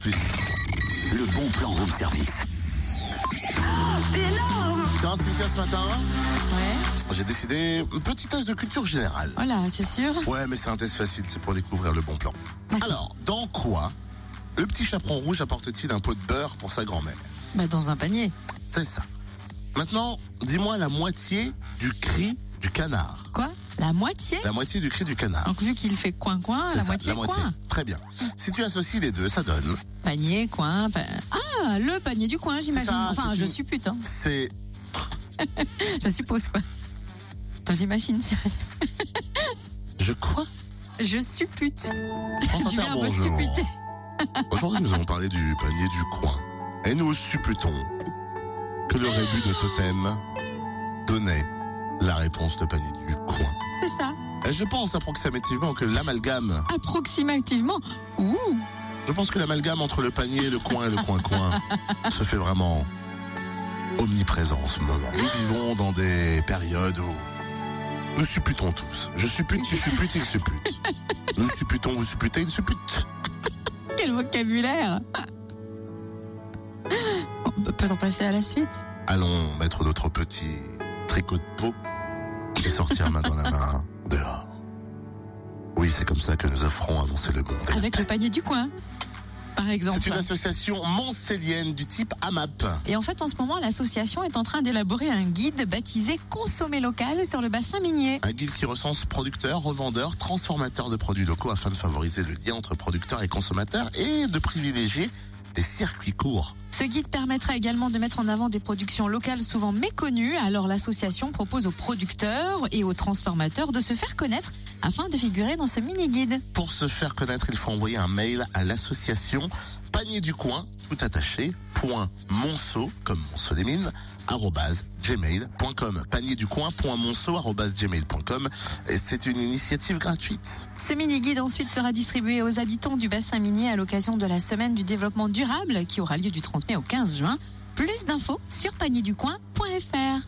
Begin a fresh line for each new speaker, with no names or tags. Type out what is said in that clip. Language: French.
plus.
Le bon plan room service.
C'est énorme
Tiens, Cynthia, ce matin,
Ouais.
j'ai décidé un petit test de culture générale.
Voilà, Oh c'est sûr.
Ouais, mais c'est un test facile, c'est pour découvrir le bon plan.
Mhm.
Alors, dans quoi le petit chaperon rouge apporte-t-il un pot de beurre pour sa grand-mère
Bah, dans un panier.
C'est ça. Maintenant, dis-moi la moitié du cri du canard.
Quoi La moitié
La moitié du cri du canard.
Donc, vu qu'il fait coin-coin,
C'est
Oh, la
ça,
moitié
la moitié.
coin.
Très bien. Si tu associes les deux, ça donne.
Panier, coin. pa- Ah, le panier du coin, j'imagine.
ça,
Enfin,
c'est
je
une-
suppute, hein.
C'est
Je suppose, quoi. Enfin, J'imagine, Cyril.
je crois
Je suppute.
France
Du
Inter,
verbe
bonjour.
supputer.
Aujourd'hui, nous allons parler du panier du coin. Et nous supputons que le rébut de totem donnait la réponse de panier du coin.
C'est ça.
Et je pense approximativement que l'amalgame,
Approximativement. Ouh.
je pense que l'amalgame entre le panier, le coin et le coin-coin se fait vraiment omniprésent en ce moment. Nous vivons dans des périodes où nous supputons tous. Je suppute, tu supputes, il suppute. Nous supputons, vous supputez, il suppute.
Quel vocabulaire Bon, Peut-on passer à la suite
Allons mettre notre petit tricot de peau et sortir main dans la main dehors. Oui, c'est comme ça que nous offrons avancer le monde.
Avec le panier du coin, par
C'est
exemple.
une association mancélienne du type AMAP.
Et en fait, en ce moment, l'association est en train d'élaborer un guide baptisé Consommer local sur le bassin minier.
Un guide qui recense producteurs, revendeurs, transformateurs de produits locaux afin de favoriser le lien entre producteurs et consommateurs et de privilégier les circuits courts.
Ce guide permettra également de mettre en avant des productions locales souvent méconnues. Alors l'association propose aux producteurs et aux transformateurs de se faire connaître afin de figurer dans ce mini-guide.
Pour se faire connaître, il faut envoyer un mail à l'association panier du coin, tout attaché, point monceau, comme monceau des mines, arrobase, gmail.com. Panier du coin, point monceau, arrobase, gmail.com. Et c'est une initiative gratuite.
Ce mini-guide ensuite sera distribué aux habitants du bassin minier à l'occasion de la semaine du développement durable qui aura lieu du 30 mai au 15 juin. Plus d'infos sur panierducoin.fr.